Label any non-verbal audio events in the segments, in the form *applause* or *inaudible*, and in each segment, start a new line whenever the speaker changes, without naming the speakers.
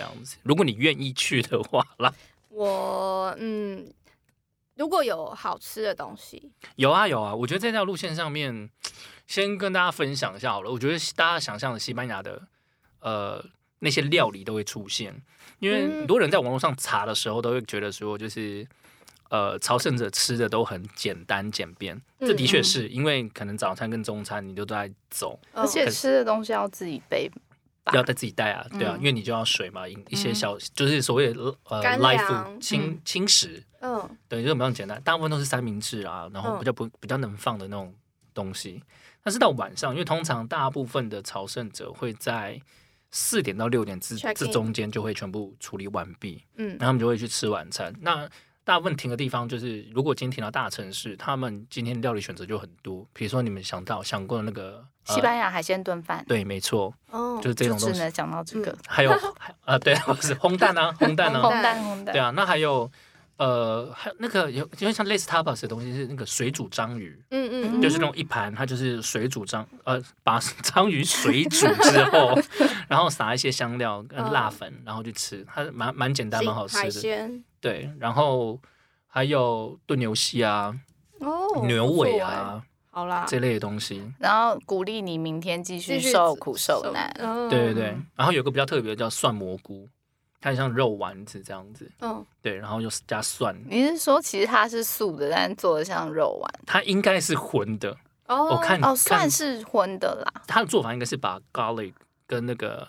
样子。如果你愿意去的话 *laughs* 啦，
我嗯，如果有好吃的东西，
有啊有啊，我觉得在这条路线上面，先跟大家分享一下好了。我觉得大家想象的西班牙的呃那些料理都会出现，因为很多人在网络上查的时候都会觉得说，就是呃朝圣者吃的都很简单简便，这的确是因为可能早餐跟中餐你都在走，
嗯
而且吃的东西要自己备，吧
要带自己带啊，对啊，
嗯
因为你就要水嘛，一一些小就是所谓的呃
干
life
粮
food 轻轻食，
嗯
对，就比较简单，大部分都是三明治啊，然后
嗯
比较不、比较能放的那种东西。但是到晚上，因为通常大部分的朝圣者会在四点到六点之
Check in
这中间就会全部处理完毕，
嗯
然后他们就会去吃晚餐。那大部分停的地方就是，如果今天停到大城市，他们今天料理选择就很多，比如说你们想到想过的那个、呃
西班牙海鲜炖饭，
对，没错，
哦
就是这
就
种
只
东西。
能讲到这个
还有还呃，对， *laughs* 不是烘蛋啊，烘
*laughs*
蛋啊，
嗯红蛋红
对
蛋，
啊，那还有呃，还有那个有就像类似 tapas 的东西是那个水煮章鱼，
嗯嗯，
就是那种一盘，它就是水煮章呃，把章鱼水煮之后，
*laughs*
然后撒一些香料跟辣粉，然后去吃，它蛮蛮简单，蛮好
嗯海
吃的。
嗯鲜
对，然后还有炖牛膝啊、
哦，
牛尾
不错欸，
啊
好啦，
这类的东西。
然后鼓励你明天继续
继续
受苦受难。
嗯
对对对，然后有个比较特别的叫蒜蘑菇，它很像肉丸子这样子。
嗯，
对，然后又加蒜，
你是说其实它是素的，但做的像肉丸
它应该是荤的。
哦，
我嗯看
哦，
看
算是荤的啦。
他的做法应该是把 garlic 跟那个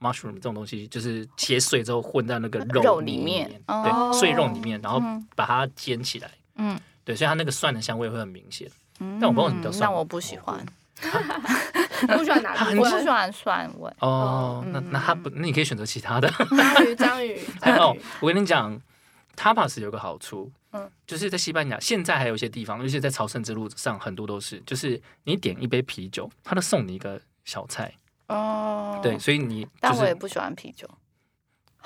mushroom 这种东西，就是切碎之后混在那个肉
嗯肉
里
里面哦
对，碎肉里面，然后
嗯
把它煎起来，
嗯，
对，所以它那个蒜的香味会很明显。
嗯
但我不知道你叫蒜
那
吗
我不喜欢，
不喜
*laughs*
欢哪
它
部
很
我
位
不喜欢蒜味。
哦，
嗯
那那它不，那你可以选择其他的。 *laughs*
章鱼章鱼，
还
章
有
鱼，
我跟你讲，tapas 有个好处，
嗯
就是在西班牙，现在还有一些地方，尤其在朝圣之路上，很多都是，就是你点一杯啤酒，他都送你一个小菜，
哦，
对，，所以你就
但我也
是
不喜欢啤酒。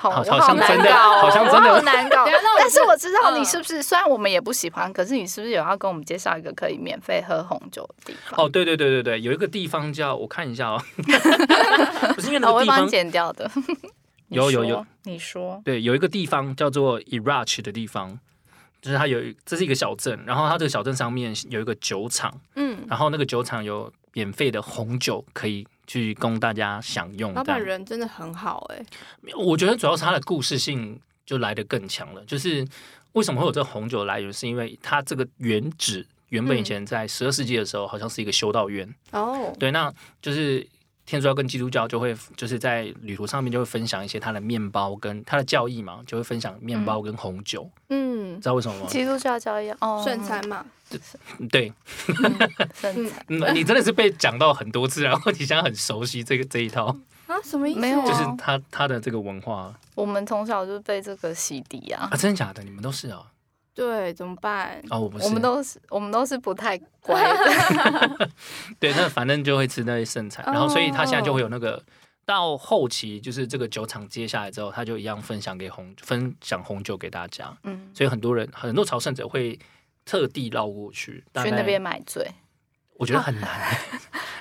好，
好
我
好像
难
真的
搞哦
好像真的
我好难搞
等一下那。我
*laughs* 但是我知道
嗯
你是不是，虽然我们也不喜欢，可是你是不是有要跟我们介绍一个可以免费喝红酒的地方？
哦，对对对对对，有一个地方叫我看一下
*laughs*
哦，不是
*laughs*
因为那
哦我
个
会
地
帮
方
你剪掉的。
有有
你说
有，
你说
对，有一个地方叫做 Irach 的地方，就是它有一这是一个小镇，然后它这个小镇上面有一个酒厂，
嗯，
然后那个酒厂有免费的红酒可以去供大家享用。
老
这样
板人真的很好哎，
我觉得主要是它的故事性就来得更强了，就是为什么会有这红酒的来源，是因为它这个原址原本以
嗯
前在十二世纪的时候好像是一个修道院。
哦，
对，那就是天主教跟基督教就会就是在旅途上面就会分享一些他的面包跟他的教义嘛，就会分享面包跟红酒，
嗯
知，道为什么吗？
基督教教义哦，
顺餐嘛，
对，
顺餐
嗯，你真的是被讲到很多次，然后你现在很熟悉这个这一套，
啊，什么意思？
没有
就是
哦
他他的这个文化
我们从小就被这个洗涤啊
啊，，真的假的？你们都是啊？
对，怎么办？
哦，我不是，
我们都是我们都是不太
*laughs*
乖的，
对，那反正就会吃那些剩菜，然后所以他现在就会有那个。到后期就是这个酒厂接下来之后，他就一样分享给红分享红酒给大家。
嗯，
所以很多人很多朝圣者会特地绕过去，大
去
概
那边买醉。
我觉得很难， *laughs*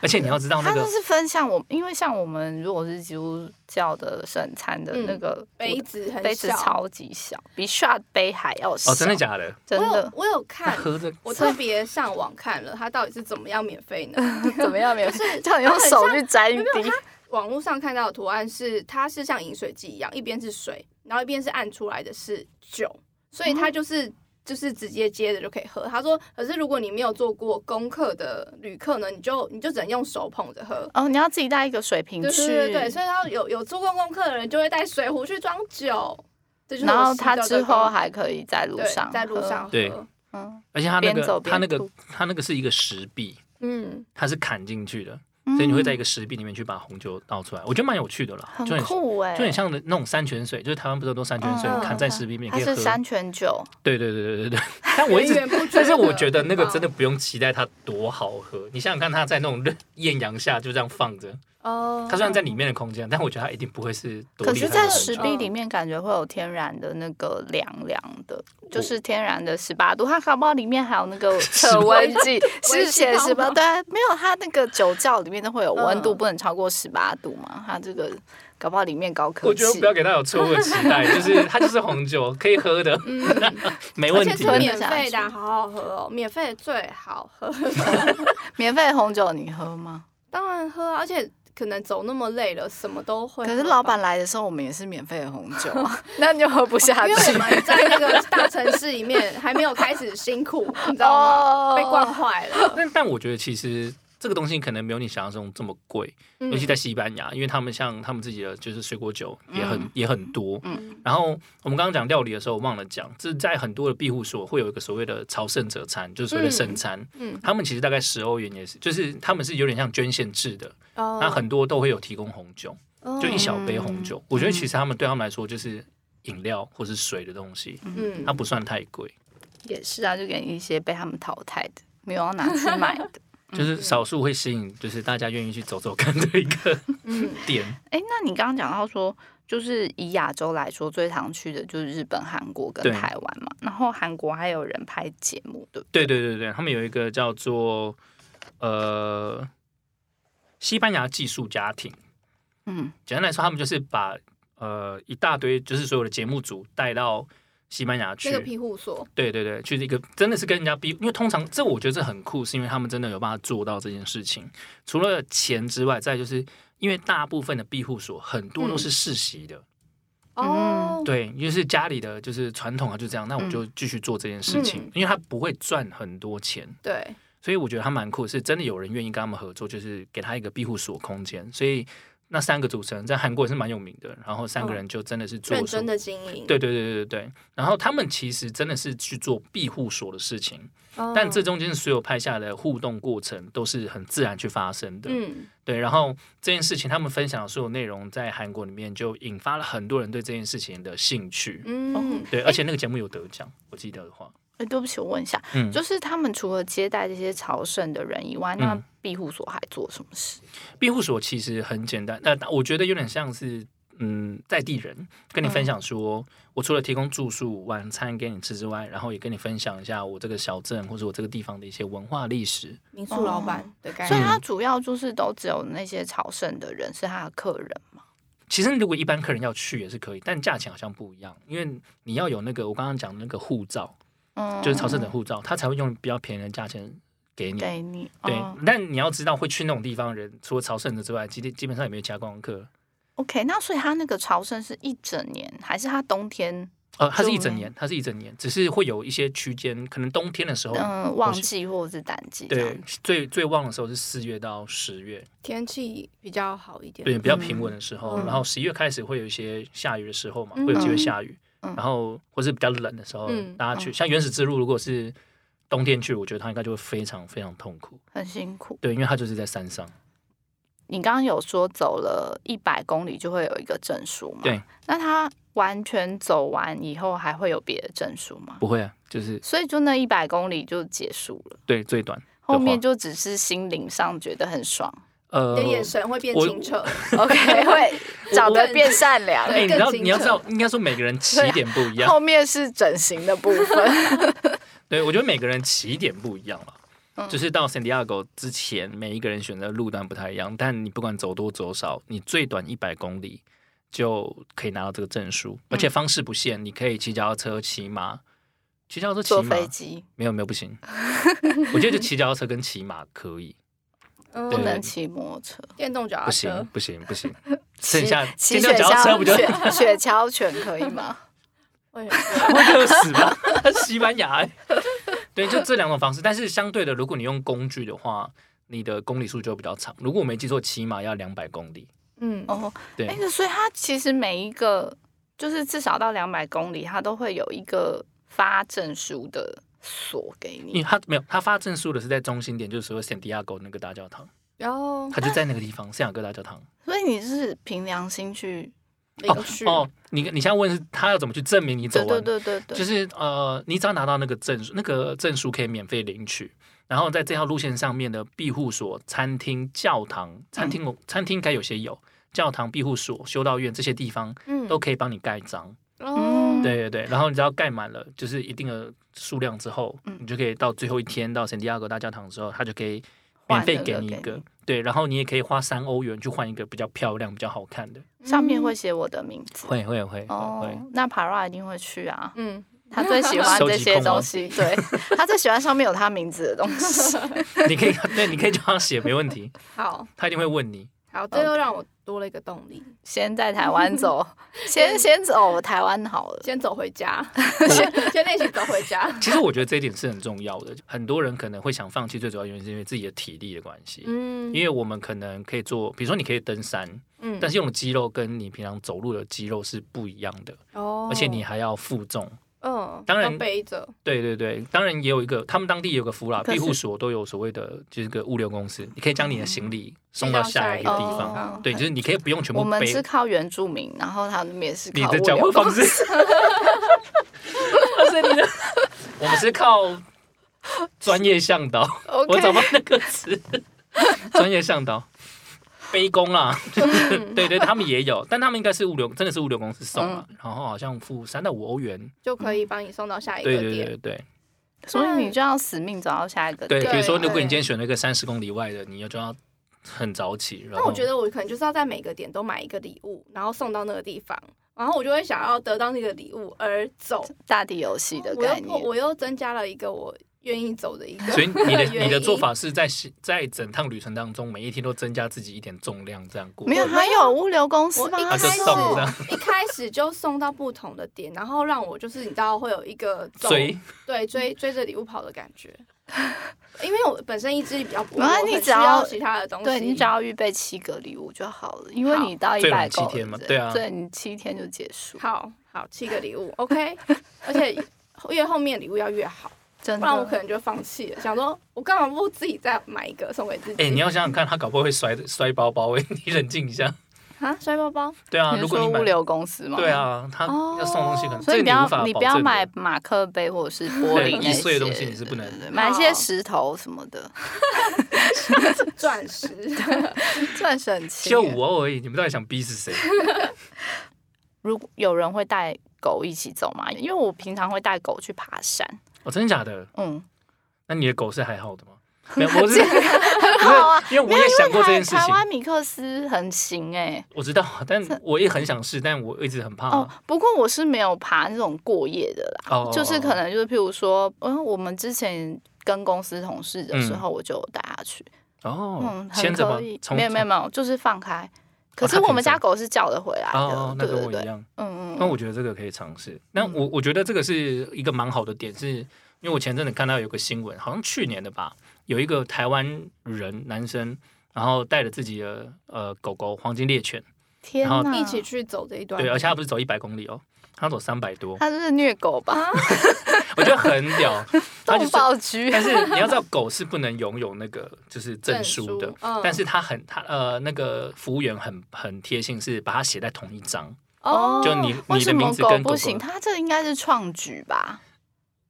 而且你要知道那
他就
个
是分享我，因为像我们如果是基督教的圣餐的
嗯
那个
杯子很
杯子
小，
超级小，比 shot 杯还要小。
哦，真的假的？
真
我 *laughs* 有
的
我有
那
看，
喝着
我特别上网看了，它到底是怎么样免费呢？
*laughs* 怎么样？没有，叫你用手去沾一滴。
网络上看到的图案是，它是像饮水机一样，一边是水，然后一边是按出来的是酒，所以
哦
它就是、就是直接接着就可以喝。他说，可是如果你没有做过功课的旅客呢，你就你就只能用手捧着喝。
哦，你要自己带一个水瓶
对对
去。
对对，所以他有有做过功课的人就会带水壶去装酒，这就是我
然后
习
他
得的
之
功
后
课
还可以在路
对
上，
在路上，
对
喝，
嗯，
而且它那
边走
个
边
它那个
吐
它那个是一个石壁，
嗯，
它是砍进去的，
嗯，
所以你会在一个石壁里面去把红酒倒出来，我觉得蛮有趣的啦，
很
就很
酷哎，
就很像的那种山泉水，就是台湾不是有很多山泉水
嗯嗯
砍在石壁里面
它
可以喝
是，山泉酒，
对对对对对对。但我一直
源源不绝
但是我
的
觉得那个真的
啊
不用期待它多好喝，你想想看，它在那种 *laughs* 艳阳下就这样放着，
哦，
它虽然在里面的空间，但我觉得它一定不会是多
可
厉害
是，
的
在
东西
石
酒
壁里面感觉会有天然的那个凉凉的，就是天然的十八度。它搞不好里面还有那个测温计，
温
是
室
写
泡
十八
沫
对啊，没有它那个酒窖里面都会有温度
嗯
不能超过十八度嘛，它这个搞不好里面高科
我觉得
技
不。要给他有错误的期
*laughs*
待，就是它就是红酒，可以喝的，
嗯，
*laughs* 没
而
问
且
题
是。免费的啊，好好喝哦，免费的最好喝， *laughs*
免费红酒你喝吗？
当然喝啊，而且可能走那么累了，什么都会喝
可
吧。
是老板来的时候，我们也是免费的红酒啊，那你就喝不
*laughs*
下
因为
去
我。们在那个大城市里面 *laughs* 还没有开始辛苦，你知道吗？
哦
被惯坏了，
但但我觉得其实这个东西可能没有你想象中这么贵，
嗯
尤其在西班牙，因为他们像他们自己的就是水果酒也很、
嗯
也很多。
嗯
然后我们刚刚讲料理的时候，我忘了讲，这在很多的庇护所会有一个所谓的朝圣者餐，就是所谓的圣餐。
嗯，
他们其实大概十欧元也是，就是他们是有点像捐献制的，那
那
很多都会有提供红酒，
哦
就一小杯红酒。我觉得其实他们对他们来说就是饮料或是水的东西，
嗯
它不算太贵，
也是啊，就给你一些被他们淘汰的，没有要拿去买的。
嗯
就是少数会吸引，就是大家愿意去走走看的一个 *laughs*
嗯
店。
哎、那你刚刚讲到说，就是以亚洲来说，最常去的就是日本、韩国跟
对
台湾嘛。然后韩国还有人拍节目，对不
对对对对，他们有一个叫做呃西班牙寄宿家庭。
对？嗯，
简单来说，他们就是把呃一大堆就是所有的节目组带到西班牙去
那，个庇护所，
对对对，去一个真的是跟人家比，因为通常这我觉得这很酷，是因为他们真的有办法做到这件事情。除了钱之外，再就是因为大部分的庇护所很多
嗯
都是世袭的，
哦，
对，就是家里的就是传统啊，就这样，那我就继续做这件事情，
嗯
因为他不会赚很多钱，
对，
所以我觉得他蛮酷，是真的有人愿意跟他们合作，就是给他一个庇护所空间。所以那三个主持人在韩国也是蛮有名的，然后三个人就真的是做
嗯认
出
真的经营，
对对对对对，然后他们其实真的是去做庇护所的事情，
哦，
但这中间所有拍下的互动过程都是很自然去发生的。
嗯
对，然后这件事情他们分享的所有内容，在韩国里面就引发了很多人对这件事情的兴趣。
嗯，
对，而且那个节目有得奖，我记得的话，
哎、对不起，我问一下，
嗯，
就是他们除了接待这些朝圣的人以外，那
嗯
庇护所还做什么事？
庇护所其实很简单，那我觉得有点像是。嗯，在地人跟你
嗯
分享说，我除了提供住宿、晚餐给你吃之外，然后也跟你分享一下我这个小镇或者我这个地方的一些文化历史。
民宿老板的概
所以
念，
他主要就是都只有那些朝圣的人是他的客人嘛。
其实如果一般客人要去也是可以，但价钱好像不一样，因为你要有那个我刚刚讲的那个护照，
嗯，
就是朝圣者护照，他才会用比较便宜的价钱给你。
给你，
对
哦
但你要知道，会去那种地方的人，除了朝圣者之外，基地基本上也没有其他观光客。
OK，那所以他那个朝圣是一整年，还是他冬天
呃，它是一
就
整年，它是一整年，只是会有一些区间，可能冬天的时候，
嗯旺季或者是淡季？
哦对，，最最旺的时候是四月到十月，
天气比较好一点，
对，比较平稳的时候，
嗯
然后十一月开始会有一些下雨的时候嘛，
嗯
会有机会下雨，
嗯
然后或是比较冷的时候，
嗯
大家去、像原始之路，如果是冬天去，我觉得它应该就会非常非常痛苦，
很辛苦。
对，因为它就是在山上，
你刚刚有说走了一百公里就会有一个证书嘛？
对。
那他完全走完以后还会有别的证书吗？
不会啊，就是
所以就那一百公里就结束了，
对最短的话
后面就只是心灵上觉得很 *laughs* 爽。
你
呃
的。眼神会变
我
清
*laughs*
澈，
OK，会长得变善良。
哎、
对
你知道
更清
你要知道
澈，
应该说每个人起点不一
*laughs*
样，
后面是整形的
*laughs*
部分。
对我觉得每个人起点不一样了。
嗯
就是到 San Diego 之前，每一个人选择的路段不太一样，但你不管走多走少，你最短一百公里就可以拿到这个证书，而
嗯
且方式不限，你可以骑脚踏车、骑马，骑脚踏车、
坐
骑马
飞机
没有没有不
*laughs*
行，我觉得就骑脚踏车跟骑马可以，
嗯
不
对
能骑摩托车，
电动脚踏
不
车
行，不行不行，
*laughs* 骑
剩下
骑
电动
雪
脚踏车
橇
不就
*laughs* 雪雪橇犬可以吗？
我 *laughs* 也
会饿死吧？ *laughs* 西班牙、欸，对，就这两种方式。但是相对的，如果你用工具的话，你的公里数就会比较长。如果我没记错，起码要两百公里。
嗯，
哦，
对
那个，所以它其实每一个就是至少到两百公里，它都会有一个发证书的锁给
因为
你。
他没有，他发证书的是在中心点，就是所谓圣地亚哥那个大教堂，
然后
他就在那个地
嗯
方，圣雅各大教堂。
所以你是凭良心去，
没有去，
哦，你你现在问是他要怎么去证明你走
哎对
完？
对对对对，
就是呃，你只要拿到那个证书，那个证书可以免费领取。然后在这条路线上面的庇护所、餐厅、教
嗯
堂、餐厅、餐厅应该有些有，教堂、庇护所、修道院这些地方
嗯
都可以帮你盖章。
哦，
对对对，然后你只要盖满了，就是一定的数量之后，
嗯
你就可以到最后一天到圣地亚哥大教堂之后，它就可以免
换
费
了
给
的
你一
给
个，对，然后你也可以花三欧元去换一个比较漂亮、比较好看的。
上面会写我的名字。
会会会会
哦，那 Para 一定会去啊，
嗯，
他最喜欢
*laughs* 收
这
集
些
控吗
东西，对他最喜欢上面有他名字的东西。
会，你可以对，你可以叫他写，没问题，
好
他一定会问你。
好，这又让我多了一个动力，
先在台湾走，先先走台湾好了。
先走回 *laughs* 家，先先练习走回家。
其实我觉得这一点是很重要的，很多人可能会想放弃，最主要原因是因为自己的体力的关系。
*laughs* 嗯
因为我们可能可以做，比如说你可以登山，
嗯
但是用的肌肉跟你平常走路的肌肉是不一样的，
哦
而且你还要负重。
嗯，
当然
要背着，
对对对，当然也有一个，他们当地也有个扶老
可是
庇护所，都有所谓的就是个物流公司，你可以将你的行李送到下一个地
送到下一个地
方。
方
对，就是你可以不用全
嗯哦我
部
们
背。
是靠原住民，然后他们也是
你
靠
的
物
讲话
流
方式， *laughs*
哦
而是你
*laughs*
的，我们是靠专业向导。我找
OK，
到那个词，专业向导，杯弓啦，就是对对，他们也有，但他们应该是物流，真的是物流公司送了，然后好像付三到五欧元，
就可以帮你送到下一
对
个
对
哎点。
对对
所以你就要死命走到下一个。
对，
对
比如说
对
如果你今天选了一个三十公里外的，你就要很早起，然
那
后
我觉得我可能就是要在每个点都买一个礼物，然后送到那个地方，然后我就会想要得到那个礼物而走。
大地游戏的
我
概
又破
念。
我又增加了一个我愿意走的一个，
所以你的
原因
你的做法是在在整趟旅程当中，每一天都增加自己一点重量，这样过。
没有，还有物流公司
我
帮
一
啊
他
就
开始
送
送这样
一开始就送到不同的点，然后让我就是你知道会有一个走
追，
对追追着礼物跑的感觉， *laughs* 因为我本身意志力比较薄弱，
没关
我
系
很
只
需
要
要其他的东西，
对你只要预备七个礼物就好了，因为
好
你到一
最
百
晚
公
七天嘛对啊
对你七天就结束，
好好七个礼物，OK，而且越后面礼物要越好，
真
不然我可
的。
能就放弃了，想说我干嘛不自己再买一个送给自己？
哎、你要想想看，他搞不好会摔摔包包、哎，你冷静一下。
啊摔包
*laughs*
包，
对啊，
你
如
是
果
说
你
物
买，
流公司吗？
对。啊，他
哦
要送东西可能，
所以
这
你
个你无
不要
法
你
保
不要
证的
买马克杯或
*laughs*
者是玻
对
璃
易
那
碎
些
的东西，你是不能。
对买一些
好
石头什
*laughs*
么的，
钻
*laughs*
石。
钻石很轻。
就五欧而已，你们到底想逼死
*laughs*
谁？
如果有人会带狗一起走吗？因为我平常会带狗去爬山，
哦，真的假的？
嗯，
那
那
你的狗是还好
*laughs*
的吗？没有，我是
很好啊。
因为我
没有
也想过这
台
件事
台
情，
湾米克斯很行哎、
我知道，但我也很想试，但我一直很怕。啊
哦，不过我是没有爬那种过夜的啦，
嗯哦
就是可能就是譬如说，嗯，我们之前跟公司同事的时候，我就有带他去，
嗯哦
嗯，，很
牵着吗
可以？，
从哦
没有没有没有，就是放开。可是
它可以
我们家
走
狗是叫得回来的，
哦，那
对
跟
对
我一
对，
样。哦
嗯嗯
那我觉得这个可以尝试。那
嗯
我我觉得这个是一个蛮好的点，是因为我前阵子看到有个新闻，好像去年的吧，有一个台湾人男生，然后带着自己的呃狗狗黄金猎犬，
天
然后
哪，
一起，去走这一段，
对，而且他不是走一百公里哦，他走三百多，
它就是虐狗吧，
我觉得很
*laughs*
屌。 *laughs* 他就
动
是 *laughs*
保局，
但是你要知道，狗是不能拥有那个就是证书的
证书，嗯
但是它很它呃那个服务员很很贴心，是把它写在同一张。
哦，
就你
为
你的
什么
名字跟狗
不
狗
行？它这应该是创举吧？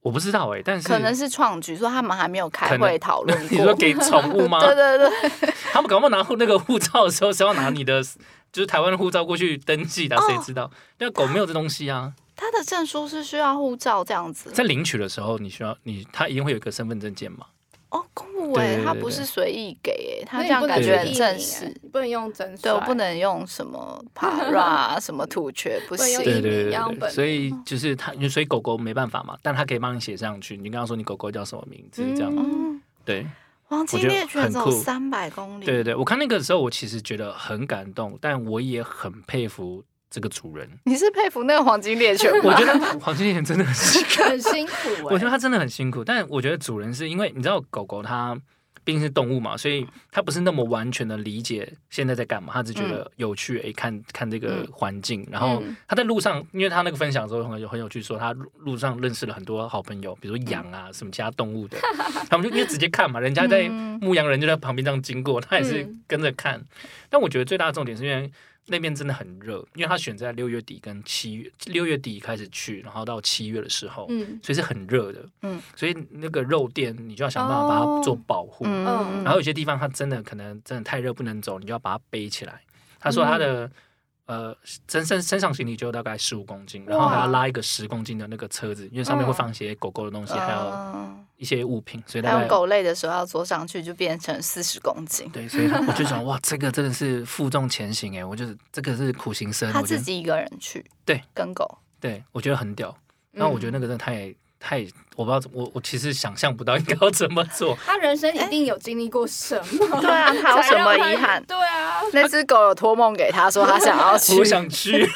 我不知道哎、但是
可能是创举，说他们还没有
可
开
能
会讨
*laughs*
论
你
过。
说给宠物吗？
对对对，
他们搞不好拿那个护照的时候是要拿你的 *laughs* 就是台湾的护照过去登记的啊，
哦
谁知道？那狗没有这东西啊，
他的证书是需要护照这样子。
在领取的时候你需要你它一定会有一个身份证件嘛。
哦，酷
对对
哎
对，
他
对
不
对
是随意给哎，他
那
这
你
样
不能
感觉
对
很
去
正
意
式
你。欸不能用真
对，我
帅
不能用什么 para 啊什么土雀，
*laughs*
不
不能用啊
对
一
行。
对
米
对
样
对对，
本
所以就是它，所以狗狗没办法嘛，但它可以帮你写上去。你刚刚说你狗狗叫什么名字，这样、
嗯
嗯，
对。
黄
我
金
觉得
猎犬
很
走
酷
三百公里，
对对对，我看那个时候，我其实觉得很感动，但我也很佩服这个主
*laughs*
人。
你是佩服那个黄金猎犬
我
吗？
觉得黄金猎犬真的很辛苦，
很辛
欸
苦
我觉得
哎。
它真的很辛苦。但我觉得主人是因为你知道，狗狗它毕竟是动物嘛，所以它不是那么完全的理解现在在干嘛，它只觉得有趣，诶，看看这个
嗯
环境。然后它在路上，因为它那个分享的时候很有很有趣，说它路路上认识了很多好朋友，比如羊啊什么其他动物
*laughs*
的，他们就因为直接看嘛，人家在
嗯
牧羊人就在旁边这样经过，他也是
嗯
跟着看。但我觉得最大的重点是因为那边真的很热，因为他选在六月底跟七月，六月底开始去，然后到七月的时候，
嗯，
所以是很热的。
嗯，
所以那个肉店你就要想办法把它做保护。
*laughs* 嗯，嗯
然后有些地方它真的可能真的太热不能走，你就要把它背起来。他说他的、呃身身身上行李就大概十五公斤，然后还要拉一个十公斤的那个车子，因为上面会放一些狗狗的东西，还有
嗯
一些物品，所以大
还
概
有狗类的时候要坐上去就变成四十公斤，
对，所以我就想哇，这个真的是负重前行哎，我就是这个是苦行僧，
他
我觉
自
得
己一个人去，
对，
*laughs*
跟狗，
对我觉得很屌。
嗯
那我觉得那个真的太太，我不知道怎我我其实想象不到应该要怎么做。
他人生一定有经历过什
*laughs*
么？
对啊，哎他有
才
什
让
么
他
遗憾？
对啊，
那只狗有托梦给他说，他想要 *laughs* 去
我想去，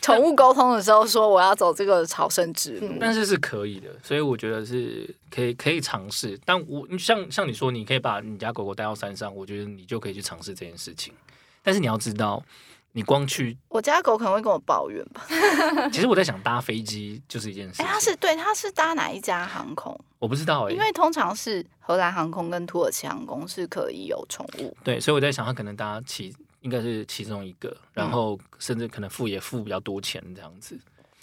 宠物沟通的时候说我要走这个朝圣之
嗯
路，
但是是可以的，所以我觉得是可以可以尝试。但我像像你说，你可以把你家狗狗带到山上，我觉得你就可以去尝试这件事情。但是你要知道，你光去，
我家狗可能会跟我抱怨吧。
其实我在想搭飞机就是一件事
哎、
情。
它是对，它是搭哪一家航空？
我不知道哎、
因为通常是荷兰航空跟土耳其航空是可以有宠物，
对，所以我在想，他可能搭其应该是其中一个，
嗯
然后甚至可能付也付比较多钱这样子。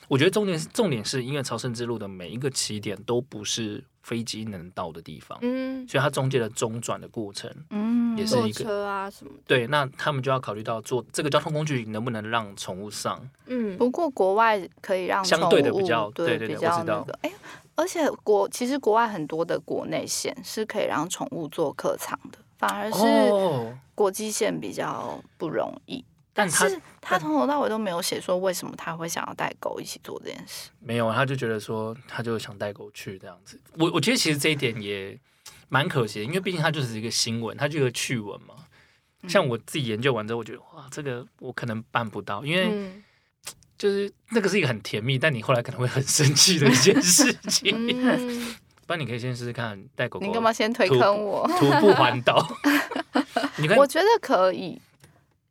我觉得重点是重点是因为朝圣之路的每一个起点都不是飞机能到的地方，
嗯，
所以它中间的中转的过程，
嗯，
也是
坐
一个
车啊什么的，
对，那他们就要考虑到坐这个交通工具能不能让宠物上。
嗯，
不过国外可以让
相
宠物
对的比较
对
对对对
比较
我知道
那个，哎、而且国其实国外很多的国内线是可以让宠物做客舱的，反而是
哦，
国际线比较不容易。
但他
是他从头到尾都没有写说为什么他会想要带狗一起做这件事。
没有，他就觉得说他就想带狗去这样子。我我觉得其实这一点也蛮可惜的，因为毕竟它就是一个新闻，它就是一个趣闻嘛。
嗯
像我自己研究完之后，我觉得哇，这个我可能办不到，因为
嗯
就是那个是一个很甜蜜，但你后来可能会很生气的一件事
*laughs*
情。
嗯，
不然你可以先试试看带狗狗
你干嘛先推
徒
坑我？
徒步环
*laughs*
岛？你看
我，觉得可以，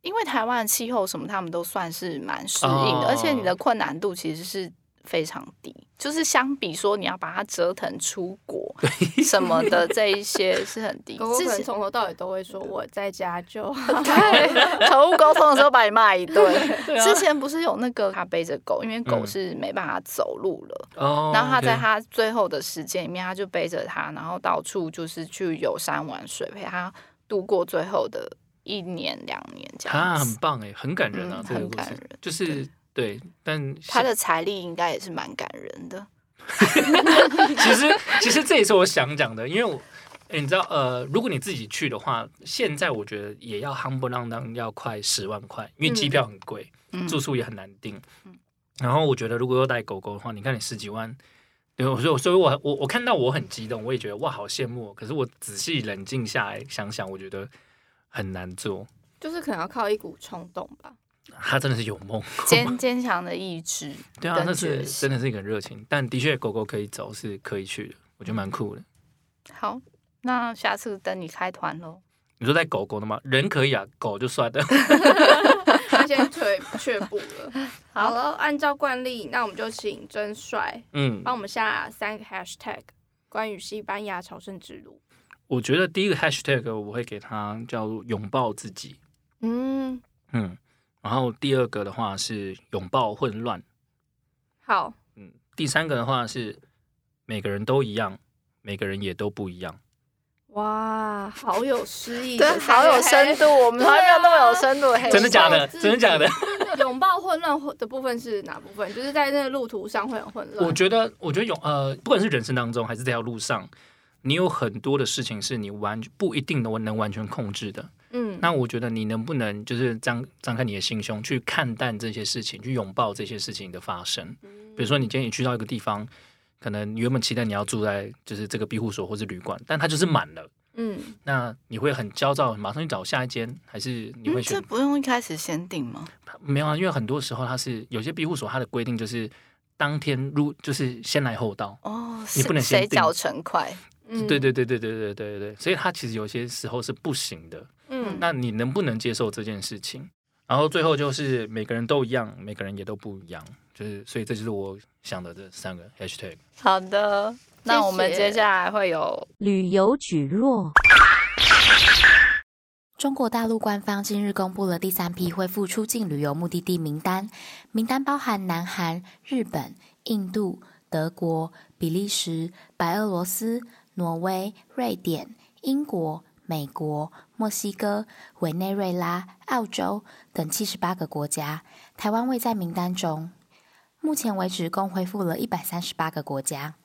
因为台湾的气候什么，他们都算是蛮适应的，
哦
而且你的困难度其实是非常低，就是相比说你要把它折腾出国什么
*laughs*
的这一些是很
*laughs*
低。
狗狗可能
至
从头到尾都会说我在家就 *laughs* 好，
对，宠物沟通的时候把你骂一顿。
*laughs*
对啊
之前不是有那个他背着狗，因为狗
嗯
是没办法走路了，
哦，
然后他在
OK
他最后的时间里面，他就背着它，然后到处就是去游山玩水，陪它度过最后的一年两年这
啊，
样
很
子。
棒哎，很感人啊，
嗯
这个
很
故
感
事
人
就是对，但
他的财力应该也是蛮感人的。
其 *laughs* 实，其实这也是我想讲的，因为我，诶你知道，呃，如果你自己去的话，现在我觉得也要夯不啷当要快十万块，因为机票很贵，
嗯
住宿也很难订。然后我觉得，如果要带狗狗的话，你看你十几万，对，我说，所以我我我看到我很激动，我也觉得哇，好羡慕哦。可是我仔细冷静下来想想，我觉得很难做。
就是可能要靠一股冲动吧。
他真的是有梦，
*laughs* 坚坚强的意志，
*laughs* 对啊，那
跟
是
决心
真的是一个热情。但的确，狗狗可以走是可以去的，我觉得蛮酷的。
好。那下次等你开团喽。
你说带狗狗的吗？人可以啊，狗就算了。 *laughs*
他现在退却步了。好了，按照惯例，那我们就请真帅
嗯，
帮我们下三个 hashtag 关于西班牙朝圣之路。
我觉得第一个 hashtag 我会给它叫做拥抱自己，
嗯，
嗯，然后第二个的话是拥抱混乱，
好，
嗯，第三个的话是每个人都一样，每个人也都不一样。
哇，好有诗意，
对，啊好有深。度，我们从来没有那么有深度的黑手。
真的假的
自己
真的假的？
*laughs* 拥抱混乱的部分是哪部分？就是在那个路途上会很混乱。
我觉得，我觉得有呃，不管是人生当中还是这条路上，你有很多的事情是你完不一定能能完全控制的。
嗯，
那我觉得你能不能就是张张开你的心胸，去看淡这些事情，去拥抱这些事情的发生。
嗯
比如说，你今天你去到一个地方，可能你原本期待你要住在就是这个庇护所或是旅馆，但它就是满了，
嗯，
那你会很焦躁，马上去找下一间，还是你会选
嗯，这？不用一开始先定吗？
没有啊，因为很多时候它是有些庇护所它的规定就是当天入就是先来后到。
哦，
你不能先
谁
定
脚成快？
嗯
对，对对对对对对对对，所以它其实有些时候是不行的。
嗯，
那你能不能接受这件事情？然后最后就是每个人都一样，每个人也都不一样，就是所以这就是我想的这三个 hashtag。
好的，那我们
谢谢
接下来会有
旅游举弱。
中国大陆官方近日公布了第三批恢复出境旅游目的地名单，名单包含南韩、日本、印度、德国、比利时、白俄罗斯、挪威、瑞典、英国、美国、墨西哥、委内瑞拉、澳洲等七十八个国家，台湾未在名单中。目前为止，共恢复了一百三十八个国家。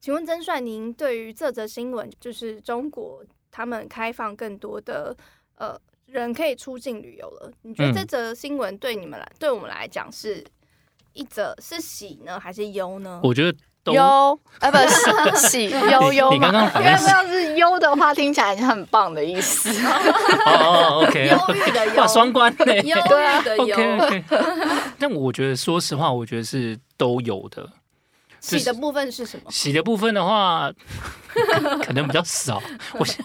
请问曾帅，您对于这则新闻，就是中国他们开放更多的呃人可以出境旅游了，你觉得
嗯
这则新闻对你们来，对我们来讲是一则是喜呢，还是忧呢？
我觉得都
悠啊，不是 *laughs* 喜悠悠
你
嘛
刚刚？反
因
应
为 *laughs*
是
不要是悠的话，听起来就很棒的意思。
哦哦，OK，
忧郁的忧
*laughs* 哇，双哦关呢、*laughs*
忧郁的忧，
OK，, 但我觉得，说实话，我觉得是都有的。
喜的部分是什么？
喜的部分的话， *laughs* 可能比较少。我先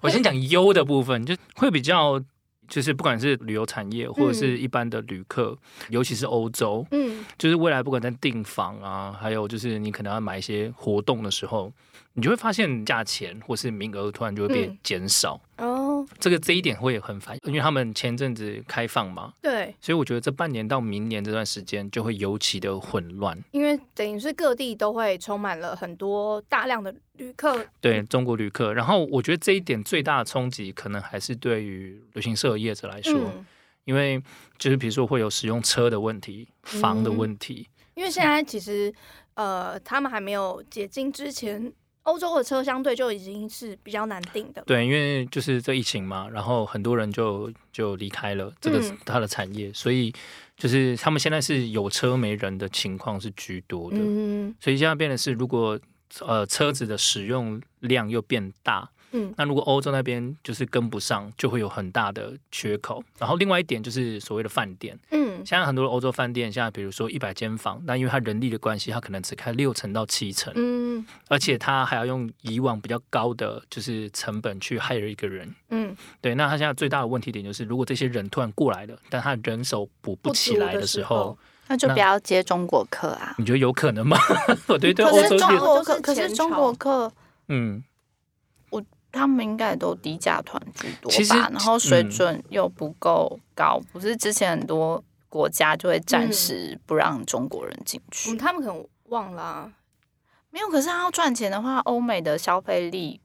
我先讲忧的部分，就会比较，就是不管是旅游产业或者是一般的旅客，尤其是欧洲，
嗯，
就是未来不管在订房啊，还有就是你可能要买一些活动的时候，你就会发现价钱或是名额突然就会被
嗯
减少。
哦，
这个这一点会很烦，因为他们前阵子开放嘛，
对，
所以我觉得这半年到明年这段时间就会尤其的混乱。
因为等于是各地都会充满了很多大量的旅客，
对中国旅客，然后我觉得这一点最大的冲击可能还是对于旅行社业者来说，
嗯，
因为就是比如说会有使用车的问题、房的
嗯
问题，
因为现在其实呃，他们还没有解禁之前，欧洲的车相对就已经是比较难订的。
对，因为就是这疫情嘛，然后很多人就就离开了这个
嗯
他的产业，所以就是他们现在是有车没人的情况是居多的，
嗯
所以现在变的是如果。呃，车子的使用量又变大，
嗯，
那如果欧洲那边就是跟不上，就会有很大的缺口。然后另外一点就是所谓的饭店，
嗯，
现在很多欧洲饭店，现在比如说一百间房，那因为它人力的关系，它可能只开六成到七成，
嗯
而且它还要用以往比较高的就是成本去 hire 一个人。
嗯，
对，那它现在最大的问题点就是，如果这些人突然过来了，但他人手补不起来的时
不足的时候
候，
那就不要接中国客啊。
你觉得有可能吗？ *laughs* 我对对
可
欧
是
洲
中
业，
国客，
就是
可是
前
中
朝
国客
嗯，
他们应该也都低价团居多
其实
吧？然后水
嗯
准又不够高，不是之前很多国家就会暂
嗯
时不让中国人进
嗯，
去。
他们可能忘了、啊，
没有，可是他要赚钱的话，欧美的消费力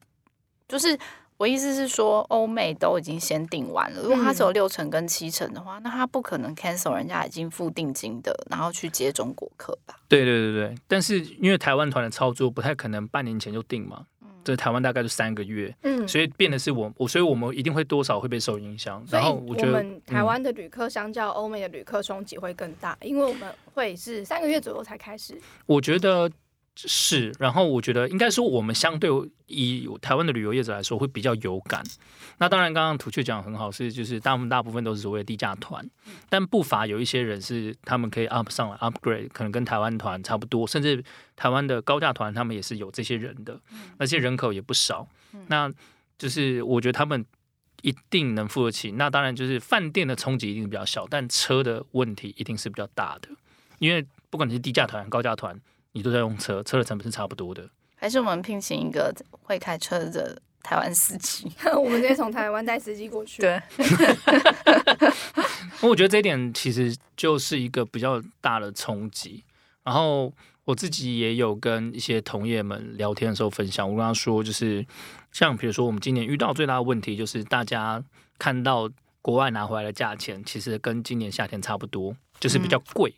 就是。我意思是说，欧美都已经先订完
嗯
了。如果他只有六成跟七成的话，那他不可能 cancel 人家已经付定金的，然后去接中国客吧？
对对对对。但是因为台湾团的操作不太可能半年前就定嘛，这台湾大概就三个月，
嗯，
所以变的是我我，所以我们一定会多少会被受影响。
所
然
以
后
我
觉得嗯
们台、湾的旅客相较欧美的旅客冲击会更大，因为我们会是三个月左右才开始， *laughs*
嗯我觉得是，然后我觉得应该说我们相对以台湾的旅游业者来说会比较有感。那当然，刚刚土雀讲得很好，是就是大部分大部分都是所谓的低价团，但不乏有一些人是他们可以 up 上来 upgrade，可能跟台湾团差不多，甚至台湾的高价团他们也是有这些人的，那些人口也不少。那就是我觉得他们一定能付得起。那当然就是饭店的冲击一定是比较小，但车的问题一定是比较大的，因为不管你是低价团、高价团，你都在用车，车的成本是差不多的。
还是我们聘请一个会开车的台湾司机？
我们直接从台湾带司机过去。，
对，
我觉得这一点其实就是一个比较大的冲击。然后我自己也有跟一些同业们聊天的时候分享，我跟他说，就是像比如说我们今年遇到最大的问题，就是大家看到国外拿回来的价钱，其实跟今年夏天差不多，就是比较贵。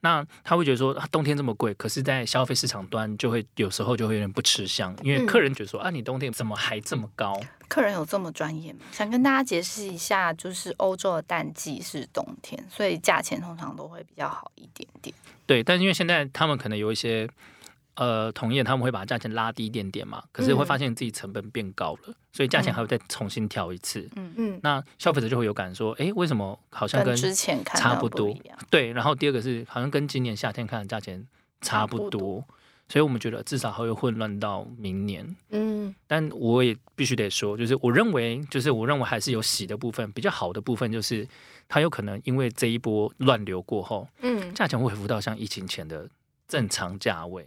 那他会觉得说、啊，冬天这么贵，可是，在消费市场端就会有时候就会有点不吃香，因为
嗯
客人觉得说、啊，你冬天怎么还这么高？
客人有这么专业吗？想跟大家解释一下，就是欧洲的淡季是冬天，所以价钱通常都会比较好一点点。
对，但是因为现在他们可能有一些呃同业，他们会把价钱拉低一点点嘛，可是会发
嗯
现自己成本变高了，所以价钱还会再重新调一次。
嗯，
嗯，
那消费者就会有感说，诶，为什么好像
跟
跟
之前看
差
到
不多
一样。
对？然后第二个是好像跟今年夏天看的价钱差不
差不多
多，所以我们觉得至少还会混乱到明年。
嗯，
但我也必须得说，就是我认为，就是我认为还是有喜的部分，比较好的部分就是它有可能因为这一波乱流过后，
嗯，
价钱会恢复到像疫情前的正常价位，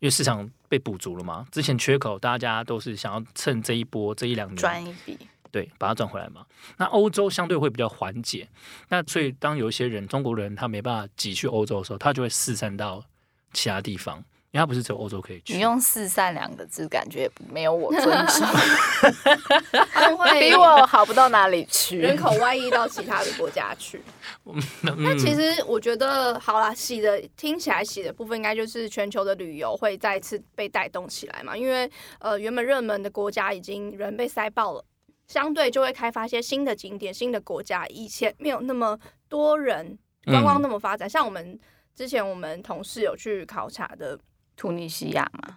因为市场被补足了嘛。之前缺口，大家都是想要趁这一波这一两
赚
年，
一笔，
对，把它赚回来嘛。那欧洲相对会比较缓解，那所以当有一些人中国人他没办法挤去欧洲的时候，他就会四散到其他地方，因因为它不是只有欧洲可以去。
你用“四散”两个字，感觉没有
*laughs*
我尊重，
他
*laughs*
们 *laughs* 会
比我好不到哪里去。
人口外溢到其他的国家去。那
嗯
其实我觉得，好啦，洗的听起来洗的部分应该就是全球的旅游会再次被带动起来嘛，因为呃原本热门的国家已经人被塞爆了，相对就会开发一些新的景点、新的国家，以前没有那么多人观光那么发展，像我们。之前我们同事有去考察的
突尼西亚嘛，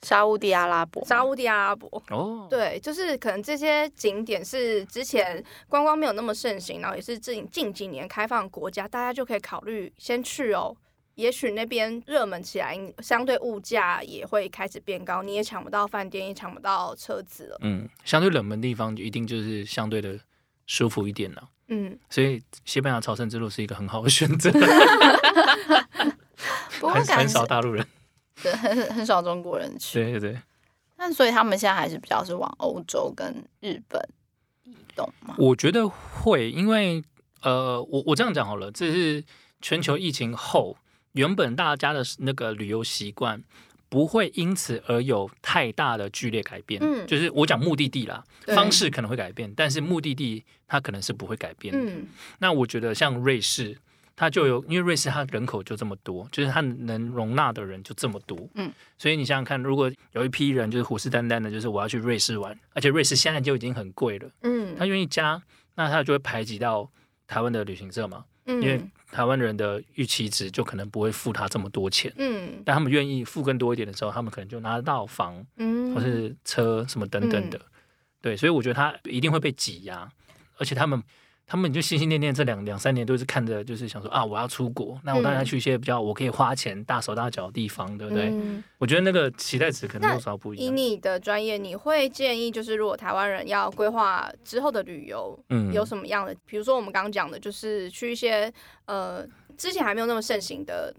沙乌地阿拉伯嘛，
沙乌地阿拉伯，
哦，
对，就是可能这些景点是之前观光没有那么盛行，然后也是近近几年开放国家，大家就可以考虑先去哦。也许那边热门起来，相对物价也会开始变高，你也抢不到饭店，也抢不到车子了。
嗯，相对冷门地方一定就是相对的舒服一点了。
嗯，
所以西班牙朝圣之路是一个很好的选择，
不过
很
感
很
觉
少大陆人。
对很很很少中国人去。
对对对，
那所以他们现在还是比较是往欧洲跟日本移动嘛。
我觉得会，因为呃，我我这样讲好了，这是全球疫情后，原本大家的那个旅游习惯不会因此而有太大的剧烈改变。
嗯
就是我讲目的地啦，
对
方式可能会改变，但是目的地它可能是不会改变的。
嗯，
那我觉得像瑞士，它就有，因为瑞士它人口就这么多，就是它能容纳的人就这么多，
嗯，
所以你想想看，如果有一批人就是虎视眈眈的，就是我要去瑞士玩，而且瑞士现在就已经很贵了，
嗯
他愿意加，那他就会排挤到台湾的旅行社嘛，
嗯
因为台湾人的预期值就可能不会付他这么多钱。
嗯
但他们愿意付更多一点的时候，他们可能就拿得到房
嗯，
或是车什么等等的，对，所以我觉得他一定会被挤压，而且他们他们就心心念念这两两三年都是看着就是想说啊，我要出国，那我当然要去一些比较我可以花钱大手大脚的地方，对不对？
嗯
我觉得那个期待值可能多少不一
以
样。
你的专业，你会建议就是如果台湾人要规划之后的旅游，
嗯
有什么样的？比如说我们刚刚讲的，就是去一些呃之前还没有那么盛行的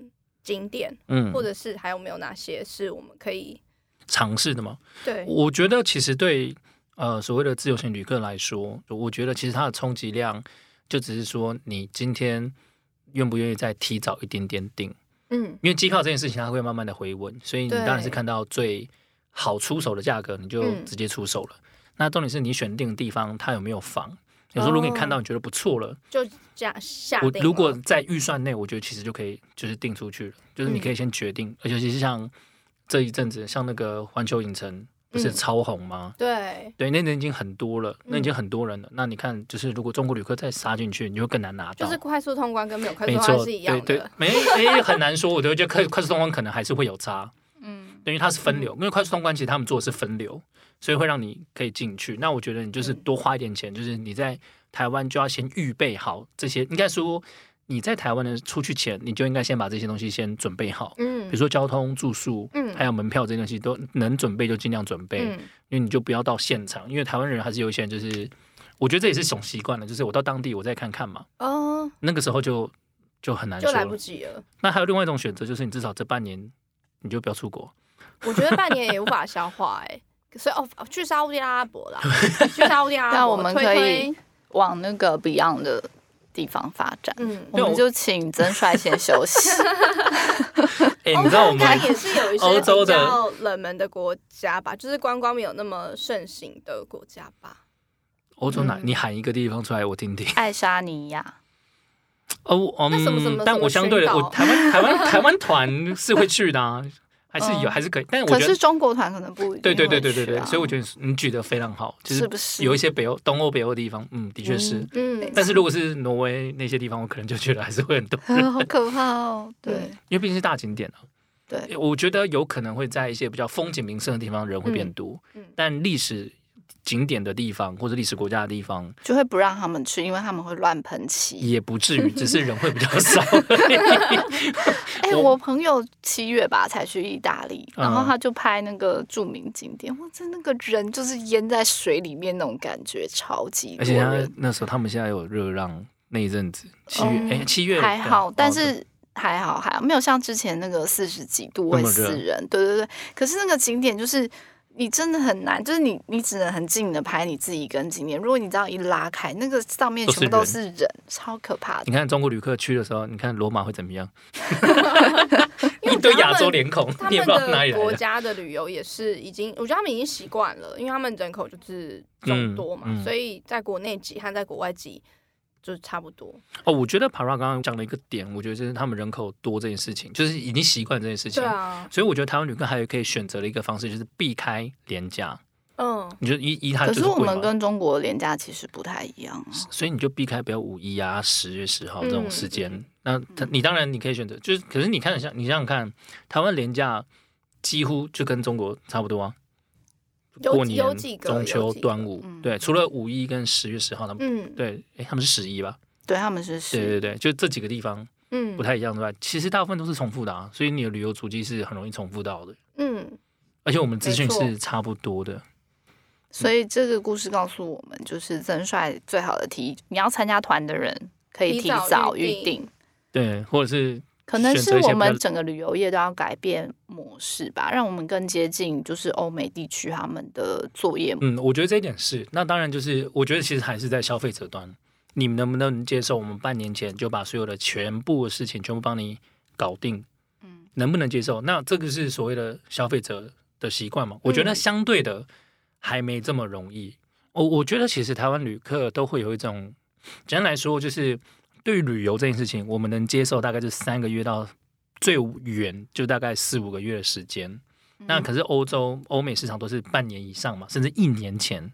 景点，
嗯
或者是还有没有哪些是我们可以
尝试的嘛，
对
我觉得其实对呃所谓的自由行旅客来说，我觉得其实它的冲击量就只是说你今天愿不愿意再提早一点点订。
嗯
因为机票这件事情它会慢慢的回温，所以你
对
当然是看到最好出手的价格，你就
嗯
直接出手了。那重点是你选定的地方它有没有房。有时候
哦
如果你看到你觉得不错了，
就这样下
我
定
如果
了
在预算内，我觉得其实就可以就是定出去了，就是
嗯
你可以先决定，而且其实像这一阵子，像那个环球影城不是
嗯
超红吗？
对
对，那那已经很多了，那已
嗯
经很多人了。那你看，就是如果中国旅客再杀进去，你就更难拿到。
就是快速通关跟没有快速
没
通
错，
关是一样
哦对对
的，，
没没很难说，我觉得快快速通关可能还是会有
*laughs*
差。
嗯，
等于它是分流，因为快速通关其实他们做的是分流，所以会让你可以进去。那我觉得你就是
嗯
多花一点钱，就是你在台湾就要先预备好这些，应该说你在台湾的出去前，你就应该先把这些东西先准备好，
嗯
比如说交通、住宿，
嗯
还有门票这些东西都能准备就尽量准备，
嗯
因为你就不要到现场，因为台湾人还是有一些人就是，我觉得这也是一种习惯了，就是我到当地我再看看嘛，
哦
那个时候就就很难
就
说
来不
了。
及了，
那还有另外一种选择，就是你至少这半年你就不要出国。
我觉得半年也无法消化哎、所以哦，去沙乌地阿拉伯
*laughs*
啦，去沙乌地阿拉伯，
那我们可
推
以
推
往那个 Beyond 的地方发展。
嗯，
我们就请曾帅先休息。
哎、
欧
你知道我
洲
们
它也是哦有一些
欧洲
比
的
较冷门的国家吧，就是观光没有那么盛行的国家吧。
*laughs* 欧洲哪？
嗯
你喊一个地方出来，我听听。
*laughs* 爱沙尼亚，
*laughs* 哦，我
那什么什么
嗯，但我相对
什
的，
么宣
我
告
台
*laughs*
湾台湾台湾团是会去的啊，还是
哦
有，
嗯
还是可以。但我
可
觉
是
得，
中国团可能不一定、啊
对对对对对
啊
对，所以我觉
得
得你举的非常好，就是
不是
有一些北欧、东欧、北欧的地方，嗯，的确是。
嗯
嗯
但是如果是挪威那些地方，我可能就觉得还是会很多，
啊好可怕哦。 *laughs* 对
因为毕竟是大景点啊。
对，
我觉得有可能会在一些比较风景名胜的地方人会变多，
嗯嗯
但历史景点的地方或者历史国家的地方
就会不让他们去，因为他们会乱喷漆。
也不至于，只是人会比较
*laughs*
少。
哎、
我
我朋友七月吧才去意大利，然后
嗯
他就拍那个著名景点，哇，这那个人就是淹在水里面那种感觉，超级
而
多
且他
人。
那时候他们现在有热浪那一阵子，七月
哦
嗯
哎、七月
还
对
好，
哦
但
对
是还好还好，没有像之前那个四十几度会
那么热
死人。对对对，可是那个景点就是你真的很难，就是你你只能很近的拍你自己跟景点。如果你这样一拉开，那个上面
都
全
是
部都
人
是人，超可怕的
你。看中国旅客去的时候，你看罗马会怎么样？
因为
一
我觉
堆
得他
亚
们
洲脸孔，
他
你也
们
不知道哪里
的
来
国
的。
家的旅游也是已经，我觉得他们已经习惯了，因为他们人口就是众多嘛，
嗯嗯
所以在国内挤和在国外挤就是差不多。
哦，我觉得 Para 刚刚讲了一个点，我觉得就是他们人口多这件事情，就是已经习惯这件事情。
对啊，
所以我觉得台湾旅客还有可以选择的一个方式，就是避开廉价。
嗯，
你就依依它
可
就是是
我
贵
们
嘛，
跟中国廉价其实不太一样啊。
所以你就避开不要五一啊、十月十号这种时间。
嗯
那它你当然你可以选择，就是可是你看像你想想看，台湾廉价几乎就跟中国差不多啊。
有
过年
有几、个
中秋
有、几个
端午，
嗯
对，除了五一跟十月十号，他们、
嗯，
对，哎，他们是十一吧？
对，他们是
对
是
对对，就这几个地方
嗯
不太一样之外，其实大部分都是重复的啊，所以你的旅游足迹是很容易重复到的，
嗯，
而且我们资讯
没错
是差不多的。
所以这个故事告诉我们，就是曾帅最好的提，你要参加团的人可以
提
提
早
早
预
预定。
对，或者是
可能
选
是
择一些
我
比
们
较
整个旅游业都要改变模式吧，让我们更接近就是欧美地区他们的作业模
嗯，我觉得这一点是。那当然就是，我觉得其实还是在消费者端，你们能不能接受我们半年前就把所有的全部的事情全部帮你搞定？嗯，能不能接受？那这个是所谓的消费者的习惯嘛？我觉得
嗯
相对的还没这么容易。我、我觉得其实台湾旅客都会有一种，简单来说就是对于旅游这件事情，我们能接受大概就三个月到最远就大概四五个月的时间。
嗯
那可是欧洲、欧美市场都是半年以上嘛，甚至一年前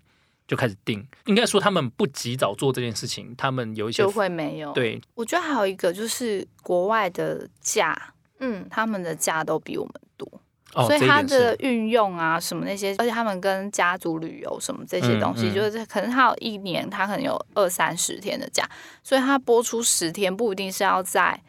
就开始定。应该说他们不及早做这件事情，他们有一些
就会没有。，
对
我觉得还有一个就是国外的假，
嗯，
他们的假都比我们多，
哦，
所以
这一
它
点
的
是
运用啊什么那些，而且他们跟家族旅游什么这些
嗯
东西，
嗯
就是可能他有一年他可能有二三十天的假，所以他播出十天不一定是要在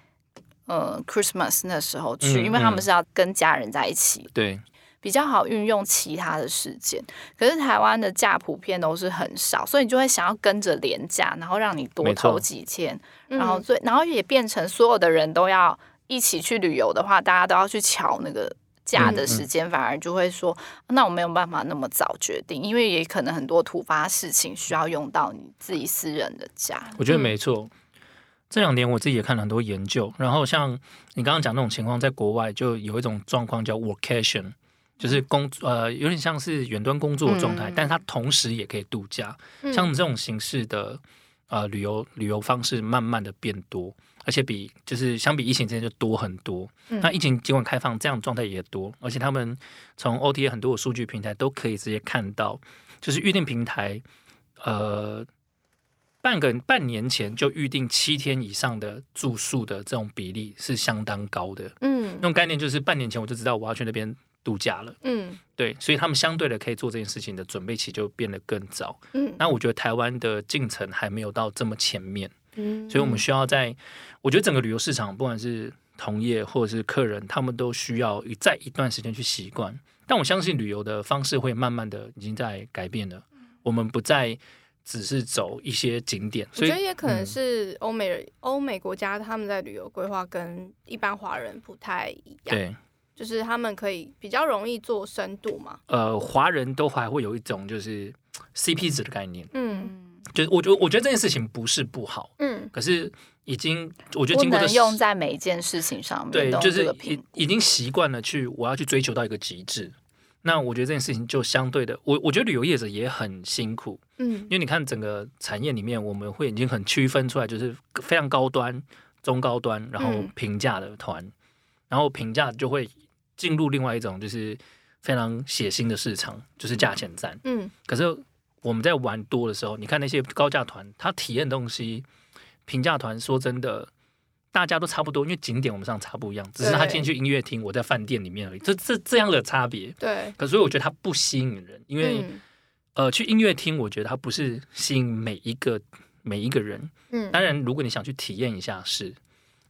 呃 Christmas 那时候去，
嗯
因为他们
嗯
是要跟家人在一起
对，
比较好运用其他的时间。可是台湾的假普遍都是很少，所以你就会想要跟着廉价，然后让你多
没错
投几天，
嗯
然后最然后也变成所有的人都要一起去旅游的话，大家都要去瞧那个。假
嗯
的时间反而就会说，那我没有办法那么早决定，因为也可能很多突发事情需要用到你自己私人的假。
我觉得没错。这两年我自己也看了很多研究，然后像你刚刚讲那种情况，在国外就有一种状况叫 workation，就是工呃有点像是远端工作的状态，
嗯
但它同时也可以度假。
嗯
像这种形式的呃旅游旅游方式，慢慢的变多，而且比就是相比疫情之前就多很多。
嗯
那疫情尽管开放，这样的状态也多，而且他们从 OTA 很多的数据平台都可以直接看到，就是预订平台，呃。半个半年前就预定七天以上的住宿的这种比例是相当高的，
嗯
那种概念就是半年前我就知道我要去那边度假了，
嗯
对，所以他们相对的可以做这件事情的准备期就变得更早。
嗯
那我觉得台湾的进程还没有到这么前面，
嗯，
所以我们需要在，我觉得整个旅游市场，不管是同业或者是客人，他们都需要在一段时间去习惯。但我相信旅游的方式会慢慢的已经在改变了，
嗯
我们不再只是走一些景点，
我
所
觉
以
得也可能
嗯
是欧美人欧美国家他们在旅游规划跟一般华人不太一样，
对。
就是他们可以比较容易做深度嘛，
呃，华人都还会有一种就是嘖 CP 值的概念，
嗯
嗯，
就是我觉得我觉得这件事情不是不好，
嗯
可是已经我觉得
不
经过这
能用在每一件事情上面，
对
都，用
就是
这个
已
评估
已经习惯了去，我要去追求到一个极致。那我觉得这件事情就相对的，我我觉得旅游业者也很辛苦，
嗯
因为你看整个产业里面，我们会已经很区分出来，就是非常高端、中高端，然后
嗯
平价的团，然后平价就会进入另外一种就是非常血腥的市场，就是价钱战。
嗯
可是我们在玩多的时候，你看那些高价团，它体验东西，平价团说真的，大家都差不多，因为景点我们上差不一样，只是他
对
今天去音乐厅，我在饭店里面而已，这这这样的差别。
对，
可所以我觉得它不吸引人，因为、
嗯
呃，去音乐厅，我觉得它不是吸引每一个每一个人。
嗯
当然，如果你想去体验一下是，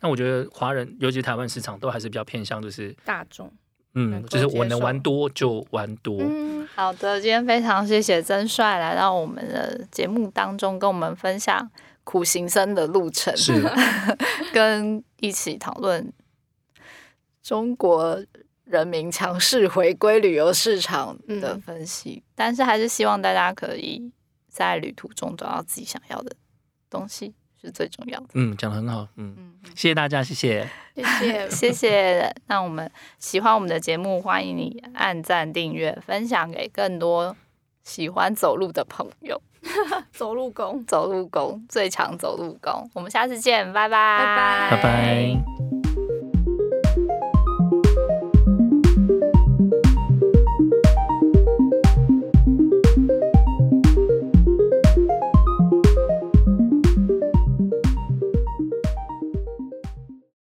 那我觉得华人，尤其台湾市场，都还是比较偏向就是，
大众，能
嗯，
够
就是我
接
能
受
玩多就玩多。
嗯，
好的，今天非常谢谢曾帅来到我们的节目当中，跟我们分享苦行僧的路程， *laughs*
是
跟一起讨论中国人民强势回归旅游市场的
嗯
分析，但是还是希望大家可以在旅途中找到自己想要的东西是最重要的。
嗯，讲的很好，嗯，
嗯，，
谢谢大家，谢谢，
谢
*laughs*
谢
谢谢。那我们喜欢我们的节目，欢迎你按赞、订阅、分享给更多喜欢走路的朋友。
走路工。
走路工最强走路工，我们下次见，拜拜，
拜
拜
拜
拜。